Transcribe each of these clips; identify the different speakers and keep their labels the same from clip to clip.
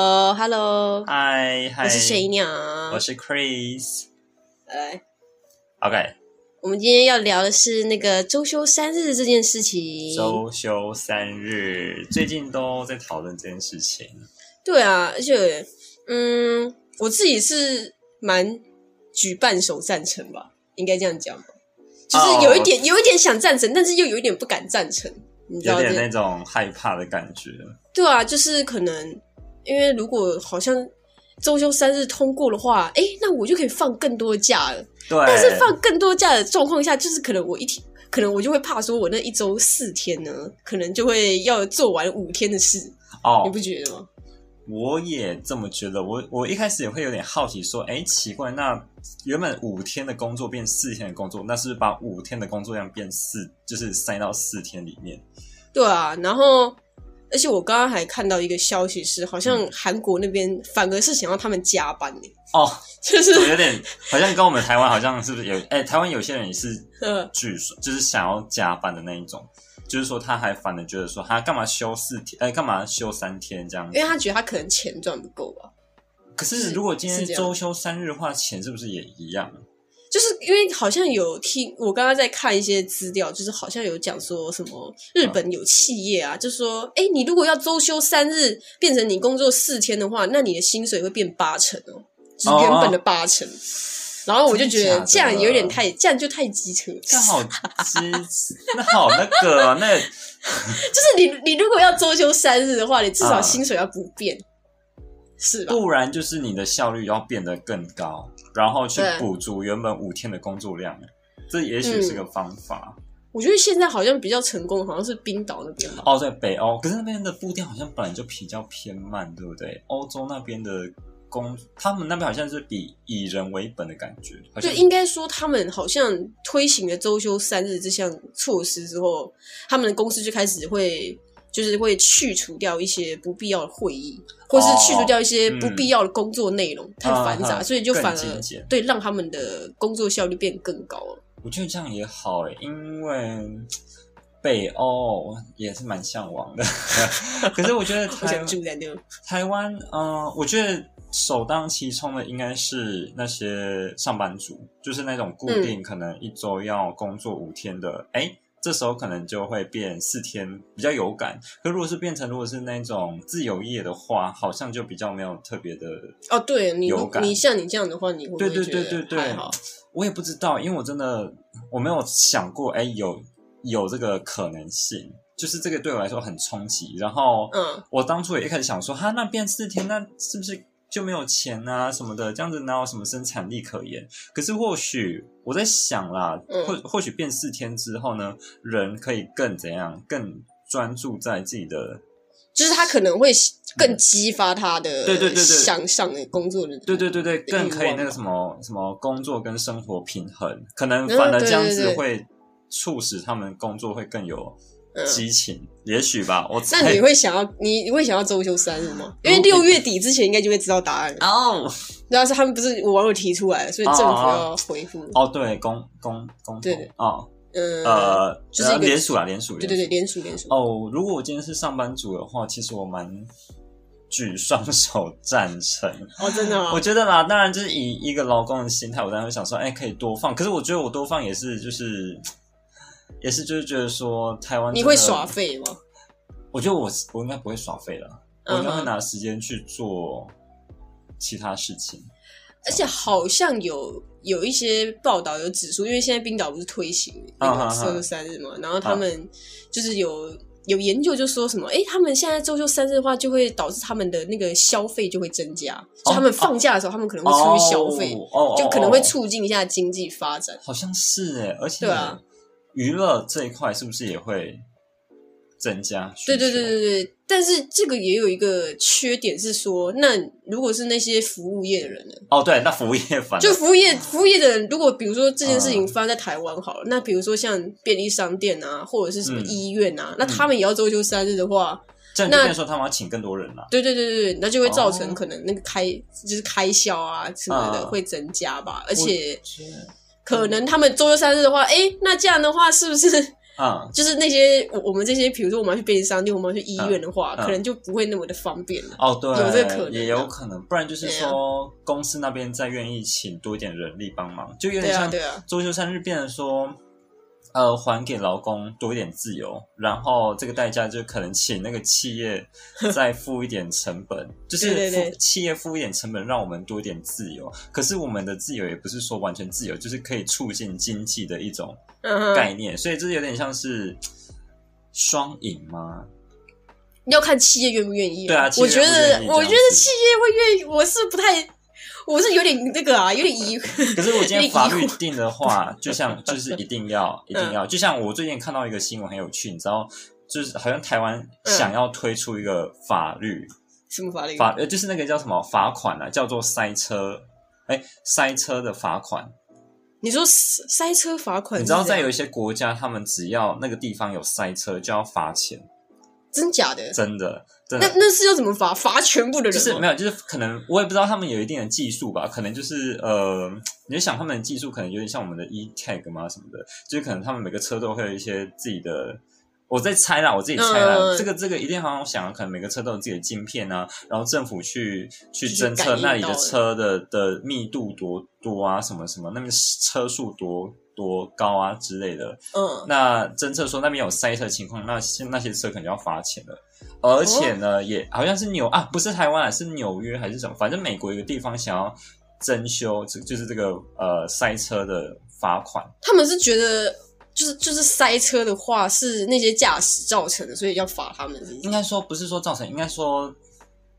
Speaker 1: Hello，Hello，
Speaker 2: 嗨嗨，
Speaker 1: 我是谁鸟？
Speaker 2: 我是 Chris。
Speaker 1: 来，
Speaker 2: OK，
Speaker 1: 我们今天要聊的是那个周休三日这件事情。
Speaker 2: 周休三日，最近都在讨论这件事情。
Speaker 1: 对啊，而且，嗯，我自己是蛮举办手赞成吧，应该这样讲吧。
Speaker 2: 哦
Speaker 1: 就是有一点有一点想赞成，但是又有一点不敢赞成，你知
Speaker 2: 有
Speaker 1: 道
Speaker 2: 点
Speaker 1: 这
Speaker 2: 那种害怕的感觉。
Speaker 1: 对啊，就是可能因为如果好像周休三日通过的话，哎、那我就可以放更多假了。
Speaker 2: 对，
Speaker 1: 但是放更多假的状况下，就是可能我一天，可能我就会怕说，我那一周四天呢，可能就会要做完五天的事，你
Speaker 2: 哦
Speaker 1: 不，觉得吗？
Speaker 2: 我也这么觉得。我我一开始也会有点好奇，说，哎，奇怪，那原本五天的工作变四天的工作，那是不是把五天的工作量变四，就是塞到四天里面？
Speaker 1: 对啊，然后而且我刚刚还看到一个消息是，好像韩国那边反而是想要他们加班呢、
Speaker 2: 哦，
Speaker 1: 就是
Speaker 2: 有点好像跟我们台湾好像是不是有？哎，台湾有些人也是
Speaker 1: 呃，
Speaker 2: 据说就是想要加班的那一种，就是说他还反而觉得说他干嘛休四天，哎、干嘛休三天这样
Speaker 1: 因为他觉得他可能钱赚不够吧，
Speaker 2: 可是如果今天
Speaker 1: 是这样
Speaker 2: 周休三日的话，钱是不是也一样？啊
Speaker 1: 就是因为好像有听我刚刚在看一些资料，就是好像有讲说什么日本有企业啊，就说哎，诶你如果要周休三日，变成你工作四天的话，那你的薪水会变八成哦，就是原本的八成。然后我就觉得这
Speaker 2: 真的假的
Speaker 1: 样有点太，这样就太机车。
Speaker 2: 这样好鸡， 那好那个啊、那
Speaker 1: 就是你你如果要周休三日的话，你至少
Speaker 2: 啊
Speaker 1: 薪水要不变，是吧？
Speaker 2: 不然就是你的效率要变得更高，然后去
Speaker 1: 对
Speaker 2: 补足原本五天的工作量。啊这也许是个方法、
Speaker 1: 我觉得现在好像比较成功，好像是冰岛那边吧。
Speaker 2: 哦，在北欧，可是那边的步调好像本来就比较偏慢，对不对？欧洲那边的工，他们那边好像是比以人为本的感觉，好
Speaker 1: 就
Speaker 2: 像
Speaker 1: 应该说，他们好像推行了周休三日这项措施之后，他们的公司就开始会，就是会去除掉一些不必要的会议，或是去除掉一些不必要的工作内容，太繁杂，
Speaker 2: 啊哈
Speaker 1: 所以就反
Speaker 2: 更精
Speaker 1: 而
Speaker 2: 简
Speaker 1: 对让他们的工作效率变更高了。
Speaker 2: 我觉得这样也好诶，因为嗯北欧也是蛮向往的。 可是我觉得
Speaker 1: 我
Speaker 2: 台
Speaker 1: 想住在那边，
Speaker 2: 台湾，嗯、我觉得首当其冲的应该是那些上班族，就是那种固
Speaker 1: 嗯
Speaker 2: 定可能一周要工作五天的，哎、这时候可能就会变四天，比较有感。可如果是变成如果是那种自由业的话，好像就比较没有特别的
Speaker 1: 哦，对你
Speaker 2: 有，感
Speaker 1: 你像你这样的话，你会不
Speaker 2: 对
Speaker 1: 会
Speaker 2: 对
Speaker 1: 觉
Speaker 2: 对对
Speaker 1: 得还
Speaker 2: 对
Speaker 1: 好？，
Speaker 2: 我也不知道，因为我真的我没有想过，哎，有有这个可能性，就是这个对我来说很冲击。然后，
Speaker 1: 嗯，
Speaker 2: 我当初也一开始想说，哈，那变四天，那是不是就没有钱啊什么的？这样子哪有什么生产力可言？可是或许我在想啦，
Speaker 1: 嗯
Speaker 2: 或或许变四天之后呢，人可以更怎样，更专注在自己的
Speaker 1: 就是他可能会更激发他的
Speaker 2: 对对对对
Speaker 1: 向上的工作的，
Speaker 2: 对对对对，
Speaker 1: 欲望
Speaker 2: 更可以那
Speaker 1: 吧
Speaker 2: 个什么什么工作跟生活平衡，可能
Speaker 1: 嗯
Speaker 2: 反而这样
Speaker 1: 对对
Speaker 2: 子
Speaker 1: 对
Speaker 2: 会促使他们工作会更有
Speaker 1: 嗯。
Speaker 2: 激情，也许吧，我
Speaker 1: 那
Speaker 2: 猜
Speaker 1: 你。会想要你你会想要周休三日吗？
Speaker 2: 哎如
Speaker 1: 因为六月底之前应该就会知道答案了。
Speaker 2: 哦
Speaker 1: 然后是他们不是我网友提出来了，所以政府要
Speaker 2: 哦
Speaker 1: 回复。
Speaker 2: 哦，对，公公公
Speaker 1: 对
Speaker 2: 投
Speaker 1: 对
Speaker 2: 哦，
Speaker 1: 嗯，
Speaker 2: 呃，
Speaker 1: 就是
Speaker 2: 然后
Speaker 1: 一个
Speaker 2: 联署啦，联署，
Speaker 1: 对对对，
Speaker 2: 联署
Speaker 1: 联署联署。
Speaker 2: 哦，如果我今天是上班族的话，其实我蛮举双手赞成。
Speaker 1: 哦，真的
Speaker 2: 我
Speaker 1: 啊，
Speaker 2: 觉得啦，当然就是以一个劳工的心态，我当然会想说，哎，可以多放。可是我觉得我多放也是就是。也是，就是觉得说台湾
Speaker 1: 你会
Speaker 2: 真的
Speaker 1: 耍废吗？
Speaker 2: 我觉得我是我应该不会耍废了，我应该会
Speaker 1: 嗯哼，
Speaker 2: 拿时间去做其他事情。
Speaker 1: 而且好像有有一些报道有指出，因为现在冰岛不是推行那个
Speaker 2: 嗯哼哼
Speaker 1: 周休三日嘛，然
Speaker 2: 啊
Speaker 1: 后他们就是有。有研究就说什么，哎、他们现在周休三日的话，就会导致他们的那个消费就会增加，所以他们放假的时候，他们可能会出去消费。
Speaker 2: 啊哦哦，哦
Speaker 1: 就可能会
Speaker 2: 哦
Speaker 1: 促进一下经济发展。
Speaker 2: 好像是哎，而且
Speaker 1: 对啊
Speaker 2: 娱乐这一块是不是也会增加需求？
Speaker 1: 对对对对对，但是这个也有一个缺点是说，那如果是那些服务业的人呢？
Speaker 2: 哦，对，那服务业反而
Speaker 1: 就服务业服务业的人，如果比如说这件
Speaker 2: 嗯
Speaker 1: 事情发生在台湾好了，那比如说像便利商店啊，或者是什么
Speaker 2: 嗯
Speaker 1: 医院啊，那他们也要周休三日的话，
Speaker 2: 这样就
Speaker 1: 那
Speaker 2: 变成说他们要请更多人了。
Speaker 1: 对对对对，对那就会造成
Speaker 2: 哦
Speaker 1: 可能那个开、就是开销啊什么的
Speaker 2: 嗯
Speaker 1: 会增加吧，而且
Speaker 2: 是
Speaker 1: 可能他们周休三日的话，哎，那这样的话是不是？
Speaker 2: 嗯，
Speaker 1: 就是那些我我们这些，比如说我们要去便利商店，我们要去医院的话，
Speaker 2: 嗯嗯
Speaker 1: 可能就不会那么的方便了。
Speaker 2: 哦，对，
Speaker 1: 有这个可能啊
Speaker 2: 也有可能，不然就是
Speaker 1: 对啊
Speaker 2: 说、公司那边再愿意请多一点人力帮忙，就有
Speaker 1: 对
Speaker 2: 点
Speaker 1: 啊，
Speaker 2: 像
Speaker 1: 对啊，
Speaker 2: 周休三日变成说，呃，还给劳工多一点自由，然后这个代价就可能请那个 企业再付一点成本，就是付
Speaker 1: 对对对
Speaker 2: 企业付一点成本，让我们多一点自由。可是我们的自由也不是说完全自由，就是可以促进经济的一种
Speaker 1: 嗯哼，
Speaker 2: 概念，所以这有点像是双赢吗？
Speaker 1: 要看企业愿不愿意、
Speaker 2: 对啊企业
Speaker 1: 我觉得
Speaker 2: 愿不愿意，这样
Speaker 1: 我觉得
Speaker 2: 子
Speaker 1: 企业会愿意，我是不太，我是有点那个啊，有点疑。
Speaker 2: 可是我今
Speaker 1: 有
Speaker 2: 天
Speaker 1: 点
Speaker 2: 法
Speaker 1: 疑惑
Speaker 2: 律定的话，就像就是一定要一定要，就像我最近看到一个新闻很有趣，你知道，就是好像台湾
Speaker 1: 嗯
Speaker 2: 想要推出一个法律，
Speaker 1: 什么法律？啊
Speaker 2: 法呃就是那个叫什么罚款啊，叫做塞车，哎，塞车的罚款。
Speaker 1: 你说塞塞车罚款
Speaker 2: 你
Speaker 1: 是
Speaker 2: 知
Speaker 1: 这样？
Speaker 2: 道在有一些国家，他们只要那个地方有塞车就要罚钱，
Speaker 1: 真假的？
Speaker 2: 真的真
Speaker 1: 那
Speaker 2: 的。
Speaker 1: 那是要怎么罚？罚全部的人哦
Speaker 2: 就
Speaker 1: 吗？
Speaker 2: 是没有，就是可能我也不知道他们有一定的技术吧，可能就是呃，你就想他们的技术可能有点像我们的 e tag 嘛什么的，就是可能他们每个车都会有一些自己的，我在猜啦，我自己猜啦，
Speaker 1: 嗯
Speaker 2: 这个这个一定好像我想，可能每个车都有自己的晶片啊，然后政府去去
Speaker 1: 去
Speaker 2: 侦测
Speaker 1: 感应
Speaker 2: 那里
Speaker 1: 到
Speaker 2: 的
Speaker 1: 的
Speaker 2: 车的的密度多多啊，什么什么，那边车速多多高啊之类的，
Speaker 1: 嗯，
Speaker 2: 那侦测说那边有塞车情况，那些那些车可能就要罚钱了。
Speaker 1: 哦
Speaker 2: 而且呢，也好像是纽啊，不是台湾啊，是纽约还是什么，反正美国有个地方想要征修，就就是这个呃塞车的罚款。
Speaker 1: 他们是觉得就是就是塞车的话是那些驾驶造成的，所以要罚他们是不是
Speaker 2: 应该说不是说造成，应该说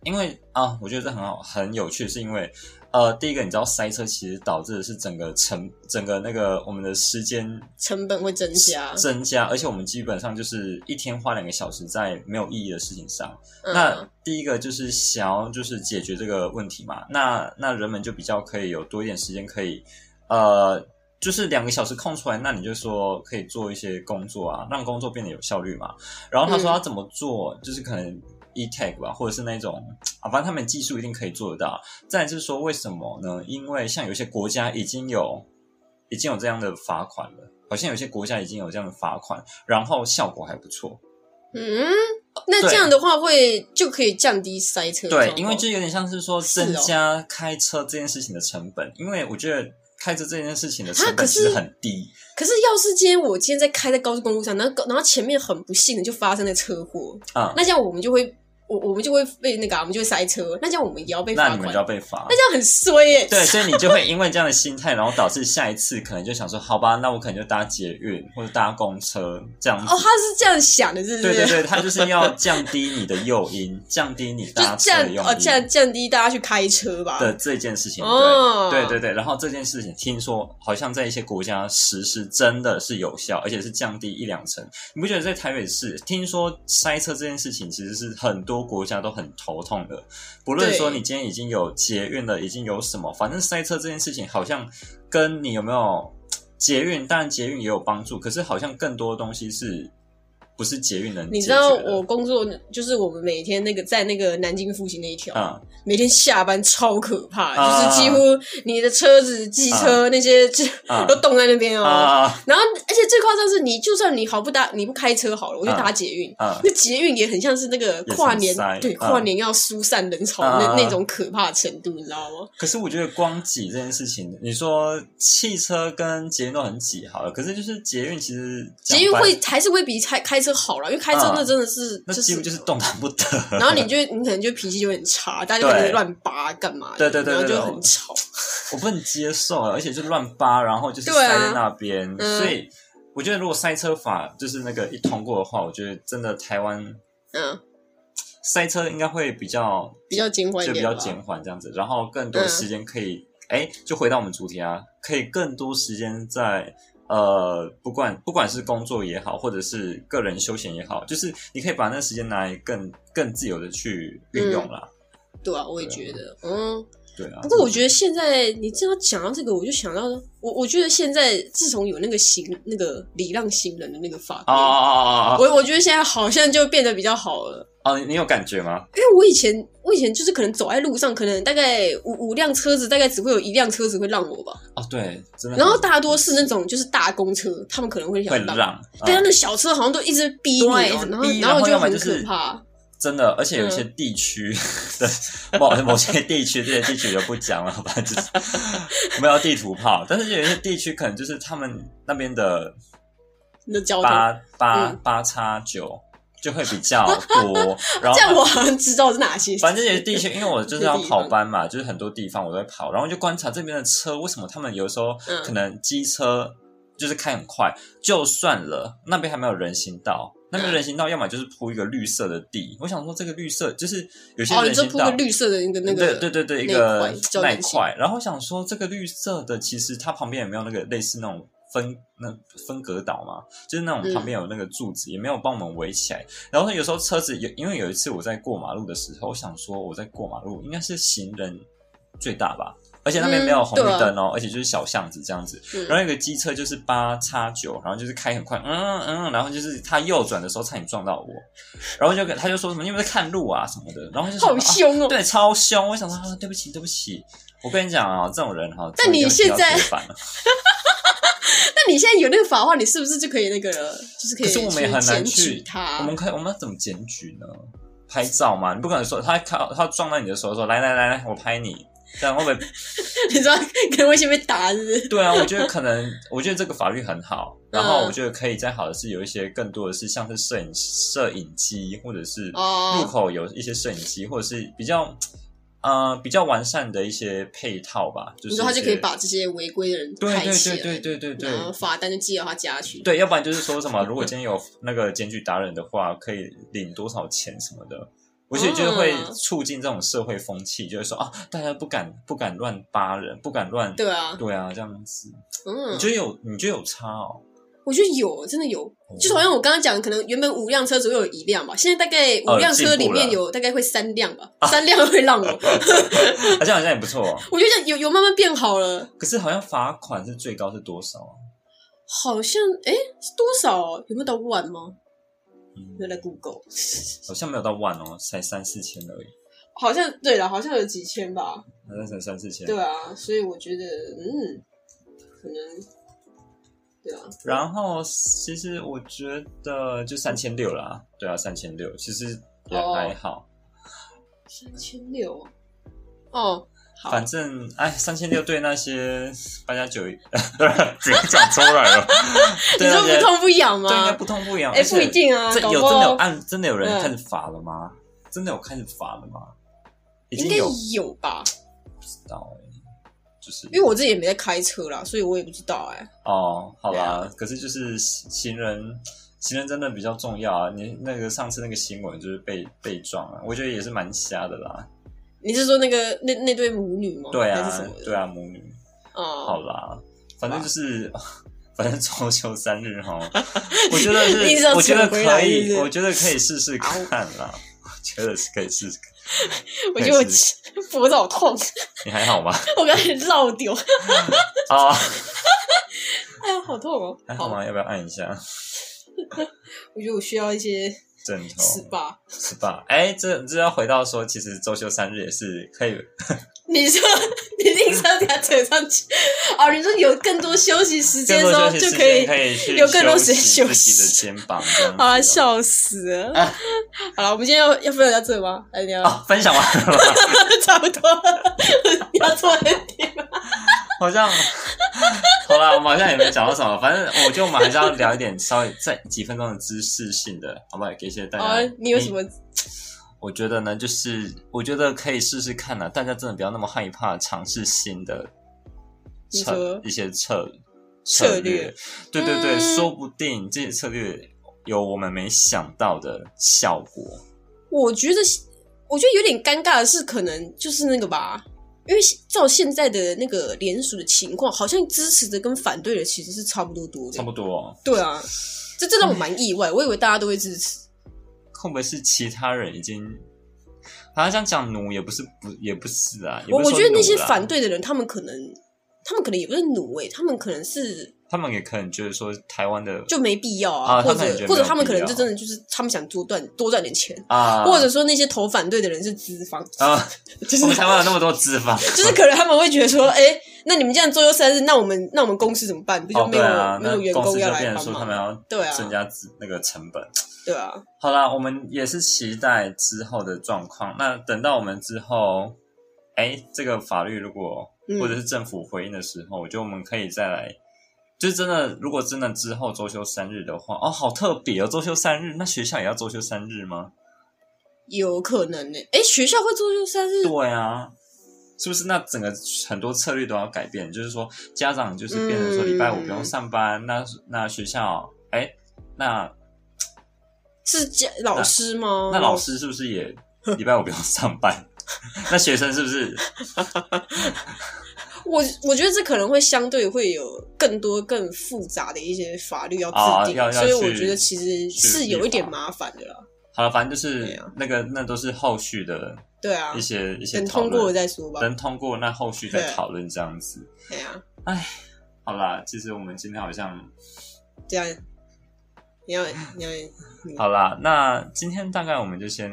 Speaker 2: 因为啊，我觉得这很好很有趣，是因为呃，第一个你知道塞车其实导致的是整个成整个那个我们的时间
Speaker 1: 成本会增加。
Speaker 2: 增加，而且我们基本上就是一天花两个小时在没有意义的事情上。
Speaker 1: 嗯、
Speaker 2: 那第一个就是想要就是解决这个问题嘛，那那人们就比较可以有多一点时间可以，呃，就是两个小时空出来，那你就说可以做一些工作啊，让工作变得有效率嘛。然后他说
Speaker 1: 嗯
Speaker 2: 他怎么做，就是可能 e tag 吧，或者是那种啊，反正他们技术一定可以做得到。再来就是说为什么呢？因为像有些国家已经有已经有这样的罚款了，好像有些国家已经有这样的罚款，然后效果还不错。
Speaker 1: 嗯，那
Speaker 2: 对
Speaker 1: 这样的话会就可以降低塞车的状
Speaker 2: 对，
Speaker 1: 况。
Speaker 2: 因为就有点像是说
Speaker 1: 是哦
Speaker 2: 增加开车这件事情的成本，因为我觉得开车这件事情的
Speaker 1: 啊
Speaker 2: 成
Speaker 1: 可
Speaker 2: 本
Speaker 1: 是
Speaker 2: 其实很低。
Speaker 1: 可是要是今天我今天在开在高速公路上，然后然后前面很不幸的就发生了车祸，
Speaker 2: 嗯
Speaker 1: 那这样我们就会我我们就会被那个、啊、我们就会塞车，那这样我们也要被
Speaker 2: 那
Speaker 1: 罚
Speaker 2: 你们
Speaker 1: 款
Speaker 2: 就，要被罚。
Speaker 1: 那这样很衰耶、
Speaker 2: 对，所以你就会因为这样的心态，然后导致下一次可能就想说，好吧，那我可能就搭捷运或者搭公车这样子。
Speaker 1: 哦，他是这样想的，是不是？
Speaker 2: 对对对，他就是要降低你的诱因，降低你搭
Speaker 1: 就
Speaker 2: 车的
Speaker 1: 降
Speaker 2: 诱
Speaker 1: 哦降
Speaker 2: 因
Speaker 1: 降低大家去开车吧。
Speaker 2: 的这件事情。对
Speaker 1: 哦，
Speaker 2: 对对对，然后这件事情听说好像在一些国家实施真的是有效，而且是降低一两成。你不觉得在台北市听说塞车这件事情其实是很多国家都很头痛的？不论
Speaker 1: 对
Speaker 2: 说你今天已经有捷运了，已经有什么，反正塞车这件事情好像跟你有没有捷运，当然捷运也有帮助，可是好像更多的东西是不是捷运能
Speaker 1: 你
Speaker 2: 解
Speaker 1: 知道
Speaker 2: 决的
Speaker 1: 我工作就是我们每天那个在那个南京复兴那一条，
Speaker 2: 嗯
Speaker 1: 每天下班超可怕，
Speaker 2: 啊
Speaker 1: 就是几乎你的车子、机车、那些就、
Speaker 2: 啊
Speaker 1: 都冻在那边哦。
Speaker 2: 啊
Speaker 1: 然后，而且最夸张的是，你就算你好不搭，你不开车好了，我就搭捷运。
Speaker 2: 啊！
Speaker 1: 那捷运也很像是那个跨年
Speaker 2: 也很塞，
Speaker 1: 对
Speaker 2: 啊
Speaker 1: 跨年要疏散人潮
Speaker 2: 啊
Speaker 1: 那
Speaker 2: 啊啊
Speaker 1: 那种可怕的程度，你知道吗？
Speaker 2: 可是我觉得光挤这件事情，你说汽车跟捷运都很挤好了，可是就是捷运其实
Speaker 1: 捷运会还是会比开开车好了，因为开车
Speaker 2: 啊
Speaker 1: 那真的是
Speaker 2: 那
Speaker 1: 就
Speaker 2: 几
Speaker 1: 是
Speaker 2: 乎就是动弹不得。
Speaker 1: 然后你就会你可能就脾气就很差，大家就开始
Speaker 2: 对
Speaker 1: 乱拔干嘛的？
Speaker 2: 对对对对对
Speaker 1: 然后就很吵。
Speaker 2: 我不能接受，啊而且就乱扒，然后就是
Speaker 1: 对啊
Speaker 2: 塞在那边，
Speaker 1: 嗯
Speaker 2: 所以我觉得如果塞车法就是那个一通过的话，我觉得真的台湾
Speaker 1: 嗯，
Speaker 2: 塞车应该会比较
Speaker 1: 比较减缓一
Speaker 2: 就比
Speaker 1: 点吧，嗯
Speaker 2: 较减缓这样子，然后更多的时间可以，哎、就回到我们主题啊，可以更多时间在呃，不管不管是工作也好，或者是个人休闲也好，就是你可以把那时间拿来更更自由的去运用啦。
Speaker 1: 对啊，我也觉得，嗯。
Speaker 2: 对啊，
Speaker 1: 不过我觉得现在你这样讲到这个，我就想到我，我觉得现在自从有那个行那个礼让行人的那个法规，
Speaker 2: 哦哦哦哦哦，
Speaker 1: 我我觉得现在好像就变得比较好了。
Speaker 2: 哦，你你有感觉吗？
Speaker 1: 因为我以前我以前就是可能走在路上，可能大概五五辆车子，大概只会有一辆车子会让我吧。
Speaker 2: 哦，对，真的很。
Speaker 1: 然后大多是那种就是大公车，他们可能会想
Speaker 2: 会
Speaker 1: 让，
Speaker 2: 让，
Speaker 1: 但他
Speaker 2: 嗯
Speaker 1: 那小车好像都一直逼你，哦
Speaker 2: 对
Speaker 1: 然后
Speaker 2: 逼
Speaker 1: 然后
Speaker 2: 然后要么
Speaker 1: 很
Speaker 2: 就是
Speaker 1: 可怕。
Speaker 2: 真的，而且有一
Speaker 1: 嗯
Speaker 2: 些地区的某某些地区，这些地区就不讲了，反正就是 我们要地图炮。但是有一些地区可能就是他们那边的
Speaker 1: 你的交通，
Speaker 2: 八八
Speaker 1: 嗯
Speaker 2: 八叉九就会比 较多，然后
Speaker 1: 这样我好像知道是哪些。
Speaker 2: 反正有些地区，因为我就是要
Speaker 1: 地
Speaker 2: 跑
Speaker 1: 方
Speaker 2: 班嘛，就是很多地方我都会跑，然后就观察这边的车，为什么他们有时候
Speaker 1: 嗯
Speaker 2: 可能机车就是开很快，就算了，那边还没有人行道，那边
Speaker 1: 嗯
Speaker 2: 人行道要么就是铺一个绿色的地，我想说这个绿色就是有些
Speaker 1: 哦，你
Speaker 2: 人
Speaker 1: 就
Speaker 2: 行
Speaker 1: 铺
Speaker 2: 道。
Speaker 1: 个绿色的那个那个，
Speaker 2: 对对对对，一
Speaker 1: 那一
Speaker 2: 个
Speaker 1: 块叫
Speaker 2: 那一
Speaker 1: 人行
Speaker 2: 块，然后想说这个绿色的，其实它旁边也没有那个类似那种分那分隔岛嘛，就是那种
Speaker 1: 嗯
Speaker 2: 旁边有那个柱子，也没有帮我们围起来。然后有时候车子有，因为有一次我在过马路的时候，我想说我在过马路应该是行人最大吧，而且那边没有
Speaker 1: 嗯
Speaker 2: 红绿
Speaker 1: 对啊
Speaker 2: 灯哦，而且就是小巷子这样子，
Speaker 1: 嗯
Speaker 2: 然后有个机车就是八叉九，然后就是开很快，嗯嗯，然后就是他右转的时候差点撞到我，然后就跟他就说什么你有没有在看路啊什么的，然后就想
Speaker 1: 好
Speaker 2: 说啊
Speaker 1: 凶哦。
Speaker 2: 对，超凶！我想说、啊，对不起，对不起。我跟你讲啊，这种人哈，
Speaker 1: 但
Speaker 2: 真的
Speaker 1: 你
Speaker 2: 一定要啊
Speaker 1: 现在
Speaker 2: 铁板了
Speaker 1: 那你现在有那个法的话，你是不是就可以那个了？就是可以
Speaker 2: 可是我们也
Speaker 1: 去
Speaker 2: 很难
Speaker 1: 检举
Speaker 2: 去
Speaker 1: 他。
Speaker 2: 我们可以，我们要怎么检举呢？拍照嘛，你不可能说他靠他撞到你的时候说来来来来，我拍你，这样会不会？
Speaker 1: 你知道可能会先被打，是不是？
Speaker 2: 对啊，我觉得可能，我觉得这个法律很好，然后
Speaker 1: 嗯
Speaker 2: 我觉得可以再好的是有一些更多的是像是摄影摄影机，或者是路
Speaker 1: 哦，
Speaker 2: 口有一些摄影机，或者是比较呃比较完善的一些配套吧，就是
Speaker 1: 你说他
Speaker 2: 一
Speaker 1: 就
Speaker 2: 些
Speaker 1: 可以把这些违规的人
Speaker 2: 对
Speaker 1: 拍起来，
Speaker 2: 对对对对对对，
Speaker 1: 然后罚单就寄到他家去。
Speaker 2: 对，要不然就是说什
Speaker 1: 嗯
Speaker 2: 么，如果今天有那个检举达人的话，可以领多少钱什么的。我觉得就是会
Speaker 1: 哦
Speaker 2: 促进这种社会风气，就是说啊，大家不敢不敢乱扒人，不敢乱
Speaker 1: 对啊，
Speaker 2: 对啊，这样子。
Speaker 1: 嗯
Speaker 2: 你，觉得有你觉得有差哦？
Speaker 1: 我觉得有，真的有，就是好像我刚刚讲的，可能原本五辆车左右有一辆吧，现在大概
Speaker 2: 哦
Speaker 1: 五辆车里
Speaker 2: 进
Speaker 1: 面
Speaker 2: 步啊
Speaker 1: 有大概会三辆吧，三辆会 让我，
Speaker 2: 好啊像好像也不错。哦
Speaker 1: 我觉得有有慢慢变好了，
Speaker 2: 可是好像罚款是最高是多少啊？
Speaker 1: 好像哎是多少哦？有没有到万吗？
Speaker 2: 嗯，
Speaker 1: 有来 Google，
Speaker 2: 好像没有到万哦，才三四千而已，
Speaker 1: 好像对了，好像有几千吧，
Speaker 2: 好像才三四千。
Speaker 1: 对啊，所以我觉得嗯，可能对啊，
Speaker 2: 然后其实我觉得就三千六啦，对啊，三千六其实也
Speaker 1: 哦
Speaker 2: 还好。
Speaker 1: 三千六啊哦，好，
Speaker 2: 反正哎，三千六对那些八 加九，直接讲出来了。
Speaker 1: 你
Speaker 2: 对那
Speaker 1: 说
Speaker 2: 些
Speaker 1: 不痛不痒
Speaker 2: 对，应该
Speaker 1: 吗？
Speaker 2: 不痛不痒。
Speaker 1: 哎，
Speaker 2: 而且
Speaker 1: 不一定啊，
Speaker 2: 这
Speaker 1: 搞
Speaker 2: 有
Speaker 1: 不
Speaker 2: 真的有
Speaker 1: 好
Speaker 2: 按真的有人
Speaker 1: 嗯
Speaker 2: 开始罚了吗？真的有开始罚了吗？已
Speaker 1: 应
Speaker 2: 经
Speaker 1: 该
Speaker 2: 有不
Speaker 1: 有吧。
Speaker 2: 知道哎，就是
Speaker 1: 因为我自己也没在开车啦，所以我也不知道哎、
Speaker 2: 哦，好
Speaker 1: 对啊
Speaker 2: 啦，可是就是行人。行人真的比较重要啊！你那个上次那个新闻就是被被撞啊，我觉得也是蛮瞎的啦。
Speaker 1: 你是说那个那那对母女吗？
Speaker 2: 对
Speaker 1: 还是
Speaker 2: 啊
Speaker 1: 什么，的？
Speaker 2: 对啊，母女。
Speaker 1: 哦，
Speaker 2: 好啦，反正就是， 反正周休三 日哈，我觉得
Speaker 1: 你是
Speaker 2: 是，
Speaker 1: 要
Speaker 2: 我觉得
Speaker 1: 扯回来
Speaker 2: 可以，
Speaker 1: 是不啊是
Speaker 2: 我觉得可以试试看啦。我觉得是可以试试看。
Speaker 1: 我觉得我
Speaker 2: 没事
Speaker 1: 脖子好痛，
Speaker 2: 你还 好吗？
Speaker 1: 我刚才绕丢，
Speaker 2: 啊，
Speaker 1: 哎呀，好痛哦！
Speaker 2: 还好
Speaker 1: 好，
Speaker 2: 吗？要不要按一下
Speaker 1: 我觉得我需要一些
Speaker 2: 枕头
Speaker 1: SPA。
Speaker 2: ？SPA？哎，这这要回到说，其实周休三日也是可以。
Speaker 1: 你说 你硬是要给它扯上去哦？你说有更多休息时间的
Speaker 2: 更多
Speaker 1: 时候
Speaker 2: 休息
Speaker 1: 就
Speaker 2: 时
Speaker 1: 可以
Speaker 2: 间，可以去
Speaker 1: 有更多时间
Speaker 2: 息
Speaker 1: 休
Speaker 2: 自己的
Speaker 1: 息
Speaker 2: 肩膀，这样 子
Speaker 1: 好啊，
Speaker 2: 哦
Speaker 1: 笑死了！好了，我们今天要要分享到这吗？还是你要、
Speaker 2: 啊！分享完了吗，
Speaker 1: 差不多 了？你要做点点吗？
Speaker 2: 好像好啦，我们好像也没讲到什么，反正我觉得我们还是要聊一点稍微在几分钟的知识性的，好不好？给一些大家。
Speaker 1: 啊，你有什么？
Speaker 2: 嗯我觉得呢，就是我觉得可以试试看呢、啊大家真的不要那么害怕尝试新的
Speaker 1: 你
Speaker 2: 策
Speaker 1: 说
Speaker 2: 一些策
Speaker 1: 策略
Speaker 2: 略，对对对，
Speaker 1: 嗯
Speaker 2: 说不定这些策略有我们没想到的效果。
Speaker 1: 我觉得，我觉得有点尴尬的是，可能就是那个吧，因为照现在的那个联署的情况，好像支持的跟反对的其实是差不多多的。
Speaker 2: 差不多、哦，
Speaker 1: 对啊，这这让我蛮意外，我以为大家都会支持。
Speaker 2: 会不会是其他人已经？好像这样讲奴也不是不也不是啊，也
Speaker 1: 我
Speaker 2: 不是
Speaker 1: 我
Speaker 2: 说
Speaker 1: 觉得那
Speaker 2: 奴
Speaker 1: 些
Speaker 2: 啦
Speaker 1: 反对的人，他们可能，他们可能也不是奴诶、他们可能是
Speaker 2: 他们也可能觉得说台湾的
Speaker 1: 就没必要啊，
Speaker 2: 啊
Speaker 1: 或
Speaker 2: 他们也觉
Speaker 1: 者
Speaker 2: 得
Speaker 1: 或者
Speaker 2: 没有
Speaker 1: 他们可能
Speaker 2: 必要
Speaker 1: 就真的就是他们想多赚多赚点钱，
Speaker 2: 啊，
Speaker 1: 或者说那些投反对的人是资方，
Speaker 2: 啊，
Speaker 1: 就
Speaker 2: 我
Speaker 1: 是
Speaker 2: 们台湾有那么多脂肪，
Speaker 1: 就是可能他们会觉得说，哎、那你们这样周休三日，那我们那我们公司怎么办？不就
Speaker 2: 哦
Speaker 1: 没
Speaker 2: 对
Speaker 1: 有、
Speaker 2: 啊，
Speaker 1: 没
Speaker 2: 那
Speaker 1: 有员
Speaker 2: 公
Speaker 1: 工
Speaker 2: 司
Speaker 1: 要
Speaker 2: 就
Speaker 1: 来
Speaker 2: 变成
Speaker 1: 帮
Speaker 2: 说他
Speaker 1: 忙？
Speaker 2: 们要
Speaker 1: 对啊
Speaker 2: 增加资那个成本。
Speaker 1: 对啊，
Speaker 2: 好啦，我们也是期待之后的状况。那等到我们之后，哎，这个法律如果
Speaker 1: 嗯
Speaker 2: 或者是政府回应的时候，我觉得我们可以再来。就是真的，如果真的之后周休三日的话，哦，好特别哦，周休三日，那学校也要周休三日吗？
Speaker 1: 有可能呢、哎、学校会周休三日，
Speaker 2: 对啊，是不是？那整个很多策略都要改变，就是说家长就是变成说
Speaker 1: 嗯
Speaker 2: 礼拜五不用上班，那那学校，哎，那
Speaker 1: 是家老师吗？
Speaker 2: 那老师是不是也礼拜五不用上班？ 那学生是不是
Speaker 1: 我我觉得这可能会相对会有更多更复杂的一些法律要
Speaker 2: 啊
Speaker 1: 制定，
Speaker 2: 要要
Speaker 1: 所以我
Speaker 2: 去
Speaker 1: 觉得其实
Speaker 2: 去
Speaker 1: 是有一点
Speaker 2: 立法
Speaker 1: 麻烦的啦。
Speaker 2: 好了，反正就
Speaker 1: 对
Speaker 2: 是
Speaker 1: 啊
Speaker 2: 那个，那都是后续的
Speaker 1: 对啊
Speaker 2: 一，些、一些
Speaker 1: 等
Speaker 2: 讨
Speaker 1: 通过了
Speaker 2: 论，
Speaker 1: 再说吧。
Speaker 2: 等通过，那后续
Speaker 1: 对
Speaker 2: 再讨论这样子。
Speaker 1: 对啊，
Speaker 2: 好啦，其实我们今天好像
Speaker 1: 这样你要你要
Speaker 2: 好啦，那今天大概我们就先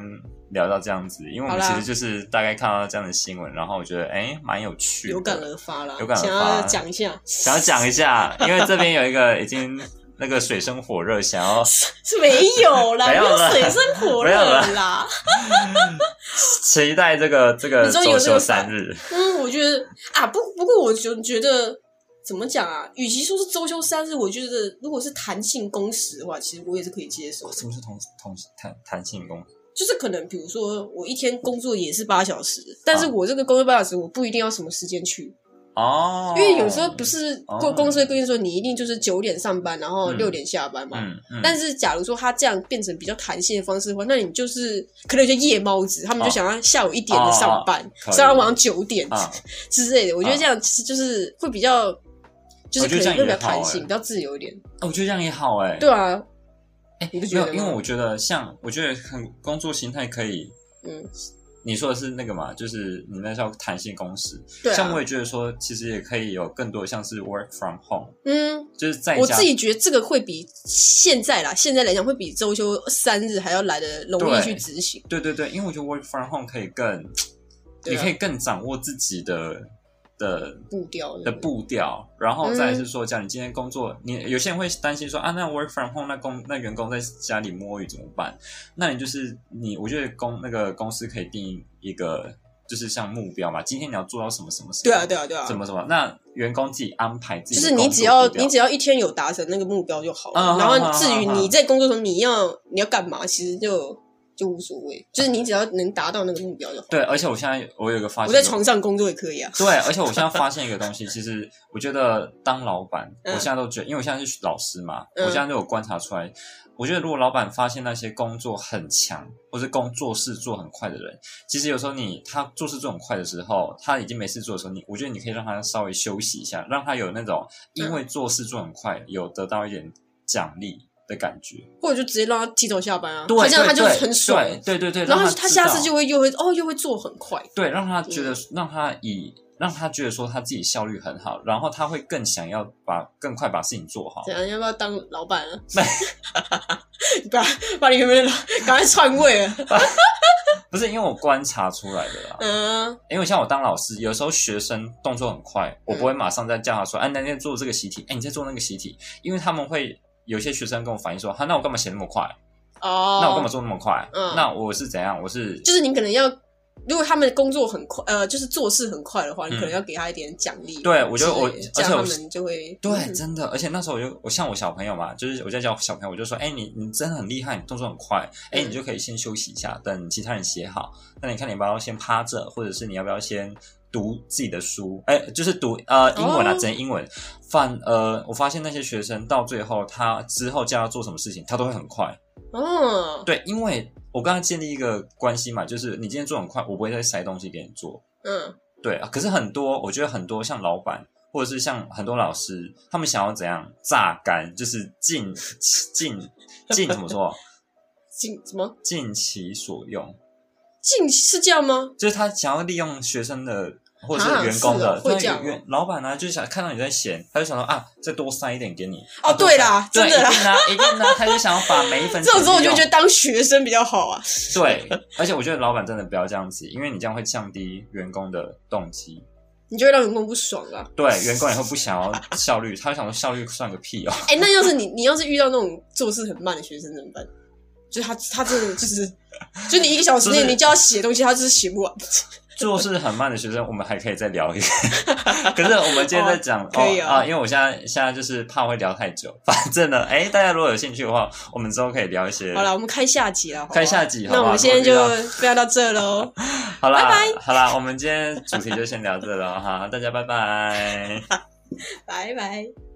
Speaker 2: 聊到这样子，因为我们
Speaker 1: 好
Speaker 2: 其
Speaker 1: 啦
Speaker 2: 实就是大概看到这样的新闻，然后我觉得哎蛮有趣的，
Speaker 1: 有感而发啦，
Speaker 2: 有感而
Speaker 1: 想
Speaker 2: 发
Speaker 1: 要讲一下，
Speaker 2: 想要讲一下，因为这边有一个已经那个水深火热，想要
Speaker 1: 是没有啦，
Speaker 2: 没有
Speaker 1: 有
Speaker 2: 啦
Speaker 1: 水深火
Speaker 2: 没有
Speaker 1: 热
Speaker 2: 啦
Speaker 1: 啦。
Speaker 2: 期待这个这个
Speaker 1: 你终于有
Speaker 2: 周
Speaker 1: 这个
Speaker 2: 休三日，
Speaker 1: 嗯，我觉得啊，不不过我就觉得怎么讲啊，与其说是周休三日，我觉得如果是弹性工时的话，其实我也是可以接受的。
Speaker 2: 什么是同同弹弹性工？
Speaker 1: 就是可能比如说我一天工作也是八小时，但
Speaker 2: 啊
Speaker 1: 是我这个工作八小时我不一定要什么时间去，
Speaker 2: 哦，
Speaker 1: 因为有时候不是
Speaker 2: 哦
Speaker 1: 公公司会规定说你一定就是九点上班，然后
Speaker 2: 嗯
Speaker 1: 六点下班嘛。
Speaker 2: 嗯嗯，
Speaker 1: 但是，假如说他这样变成比较弹性的方式的话，那你就是可能有些夜猫子，他们就
Speaker 2: 哦
Speaker 1: 想要下午一点的上班，
Speaker 2: 可以
Speaker 1: 上到晚上九点、
Speaker 2: 啊，
Speaker 1: 之类的。我觉得这样其实就是会比较，就是
Speaker 2: 我
Speaker 1: 可
Speaker 2: 觉得这
Speaker 1: 能
Speaker 2: 样
Speaker 1: 会比
Speaker 2: 也
Speaker 1: 较弹
Speaker 2: 好
Speaker 1: 性，比
Speaker 2: 欸
Speaker 1: 较自由一点。
Speaker 2: 我觉得这样也好哎，
Speaker 1: 对啊，
Speaker 2: 哎，
Speaker 1: 你不
Speaker 2: 没
Speaker 1: 觉得
Speaker 2: 有，
Speaker 1: 吗
Speaker 2: 因为我觉得像我觉得很工作形态可以，
Speaker 1: 嗯，
Speaker 2: 你说的是那个嘛，就是你那叫弹性工时，
Speaker 1: 对
Speaker 2: 像我
Speaker 1: 啊，
Speaker 2: 也觉得说，其实也可以有更多像是 work from home，
Speaker 1: 嗯，
Speaker 2: 就是在
Speaker 1: 我
Speaker 2: 家
Speaker 1: 自己觉得这个会比现在啦，现在来讲会比周休三日还要来的容易
Speaker 2: 对
Speaker 1: 去执行。
Speaker 2: 对对对，因为我觉得 work from home 可以更，
Speaker 1: 对啊
Speaker 2: 你可以更掌握自己的的
Speaker 1: 步调
Speaker 2: 的
Speaker 1: 对
Speaker 2: 步调，然后再来
Speaker 1: 嗯
Speaker 2: 是说，讲你今天工作，你有些人会担心说啊，那 work from home 那工那员工在家里摸鱼怎么办？那你就是你，我觉得公那个公司可以定一个就是像目标嘛，今天你要做到什么什么什么，
Speaker 1: 对啊，对啊，对啊
Speaker 2: 什，么什么，那员工自己安排自
Speaker 1: 就
Speaker 2: 己的
Speaker 1: 是
Speaker 2: 工作步调，
Speaker 1: 你只要你只要一天有达成那个目标就好了。
Speaker 2: 啊
Speaker 1: 然
Speaker 2: 啊
Speaker 1: 后
Speaker 2: 啊
Speaker 1: 至于
Speaker 2: 啊啊
Speaker 1: 你在工作中你要你要干嘛，其实就就无所谓，就是你只要能达到那个目标就好。
Speaker 2: 对，而且我现在我有一个发
Speaker 1: 我
Speaker 2: 现，
Speaker 1: 在床上工作也可以啊。
Speaker 2: 对，而且我现在发现一个东西，其实我觉得当老板，
Speaker 1: 嗯
Speaker 2: 我现在都觉得，因为我现在是老师嘛，
Speaker 1: 嗯
Speaker 2: 我现在就有观察出来，我觉得如果老板发现那些工作很强或是工作事做很快的人，其实有时候你他做事做很快的时候，他已经没事做的时候，你我觉得你可以让他稍微休息一下，让他有那种
Speaker 1: 嗯
Speaker 2: 因为做事做很快有得到一点奖励的感觉，
Speaker 1: 或者就直接让他提早下班啊，
Speaker 2: 对，
Speaker 1: 他这样他就
Speaker 2: 对
Speaker 1: 很爽。
Speaker 2: 对对对对，
Speaker 1: 然后
Speaker 2: 让
Speaker 1: 他下次
Speaker 2: 知道
Speaker 1: 就会又会哦又会做很快，
Speaker 2: 对，让他觉得，让他以让他觉得说他自己效率很好，然后他会更想要把更快把事情做好
Speaker 1: 怎。样？要不要当老板啊？你把把你原本的老赶快篡位了。
Speaker 2: 不是因为我观察出来的啦，
Speaker 1: 嗯，
Speaker 2: 因为像我当老师，有时候学生动作很快，我
Speaker 1: 嗯
Speaker 2: 不会马上再叫他说，哎、那你在做这个习题，哎，你在做那个习题，因为他们会有些学生跟我反映说，哈、那我干嘛写那么快？
Speaker 1: 哦，
Speaker 2: 那我干嘛做那么快？
Speaker 1: 嗯
Speaker 2: 那我是怎样？我是
Speaker 1: 就是你可能要，如果他们工作很快，呃，就是做事很快的话，你可能
Speaker 2: 嗯
Speaker 1: 要给他一点奖励。
Speaker 2: 对我觉得我
Speaker 1: 之类的这
Speaker 2: 而
Speaker 1: 样
Speaker 2: 且
Speaker 1: 他
Speaker 2: 我
Speaker 1: 们就会
Speaker 2: 对，
Speaker 1: 嗯
Speaker 2: 真的，而且那时候我就我像我小朋友嘛，就是我在教小朋友，我就说，哎、你你真的很厉害，你动作很快，哎、
Speaker 1: 嗯
Speaker 2: 你就可以先休息一下，等其他人写好。那你看你要不要先趴着，或者是你要不要先读自己的书？哎、就是读呃英文啊，
Speaker 1: 哦
Speaker 2: 整英文。反呃，我发现那些学生到最后，他之后叫他做什么事情，他都会很快。
Speaker 1: 哦，
Speaker 2: 对，因为我刚刚建立一个关系嘛，就是你今天做很快，我不会再塞东西给你做。
Speaker 1: 嗯，
Speaker 2: 对，啊可是很多，我觉得很多像老板或者是像很多老师，他们想要怎样榨干，就是尽尽尽怎么说，
Speaker 1: 尽什么
Speaker 2: 尽其所用，
Speaker 1: 尽是这样吗？
Speaker 2: 就是他想要利用学生的或者是员工
Speaker 1: 啊
Speaker 2: 的，
Speaker 1: 是哦会
Speaker 2: 对
Speaker 1: 这样哦
Speaker 2: 员老板呢、就想看到你在闲，他就想说啊，再多塞一点给你。
Speaker 1: 哦
Speaker 2: 啊多
Speaker 1: 对啦
Speaker 2: 塞对
Speaker 1: 真的啦
Speaker 2: 一定啦，一定啊啦，他就想要把每一 分
Speaker 1: 这种时候我就觉
Speaker 2: 得
Speaker 1: 得当学生比较好啊。
Speaker 2: 对，而且我觉得老板真的不要这样子，因为你这样会降低员工的动机。
Speaker 1: 你就会让员工不爽啊！
Speaker 2: 对，员工也会不想要效率，他会想说效率算个屁哦。
Speaker 1: 哎、那要是你，你要是遇到那种做事很慢的学生怎么办？就他，他真的就是，就你一个小时
Speaker 2: 就
Speaker 1: 内
Speaker 2: 是
Speaker 1: 你叫他写东西，他就是写不完。
Speaker 2: 做事很慢的学生，我们还可以再聊一个。 可是我们今天在讲
Speaker 1: 哦可以啊
Speaker 2: 啊，因为我现在现在就是怕会聊太久。反正呢，哎，大家如果有兴趣的话，我们之后可以聊一些。
Speaker 1: 好了，我们开下集了，好不好
Speaker 2: 开下集好吧
Speaker 1: 那我们现在就
Speaker 2: 如果
Speaker 1: 不要到这 喽，
Speaker 2: 好啦，
Speaker 1: 拜
Speaker 2: 好啦，我们今天主题就先聊这了哈，大家拜拜。
Speaker 1: 拜拜。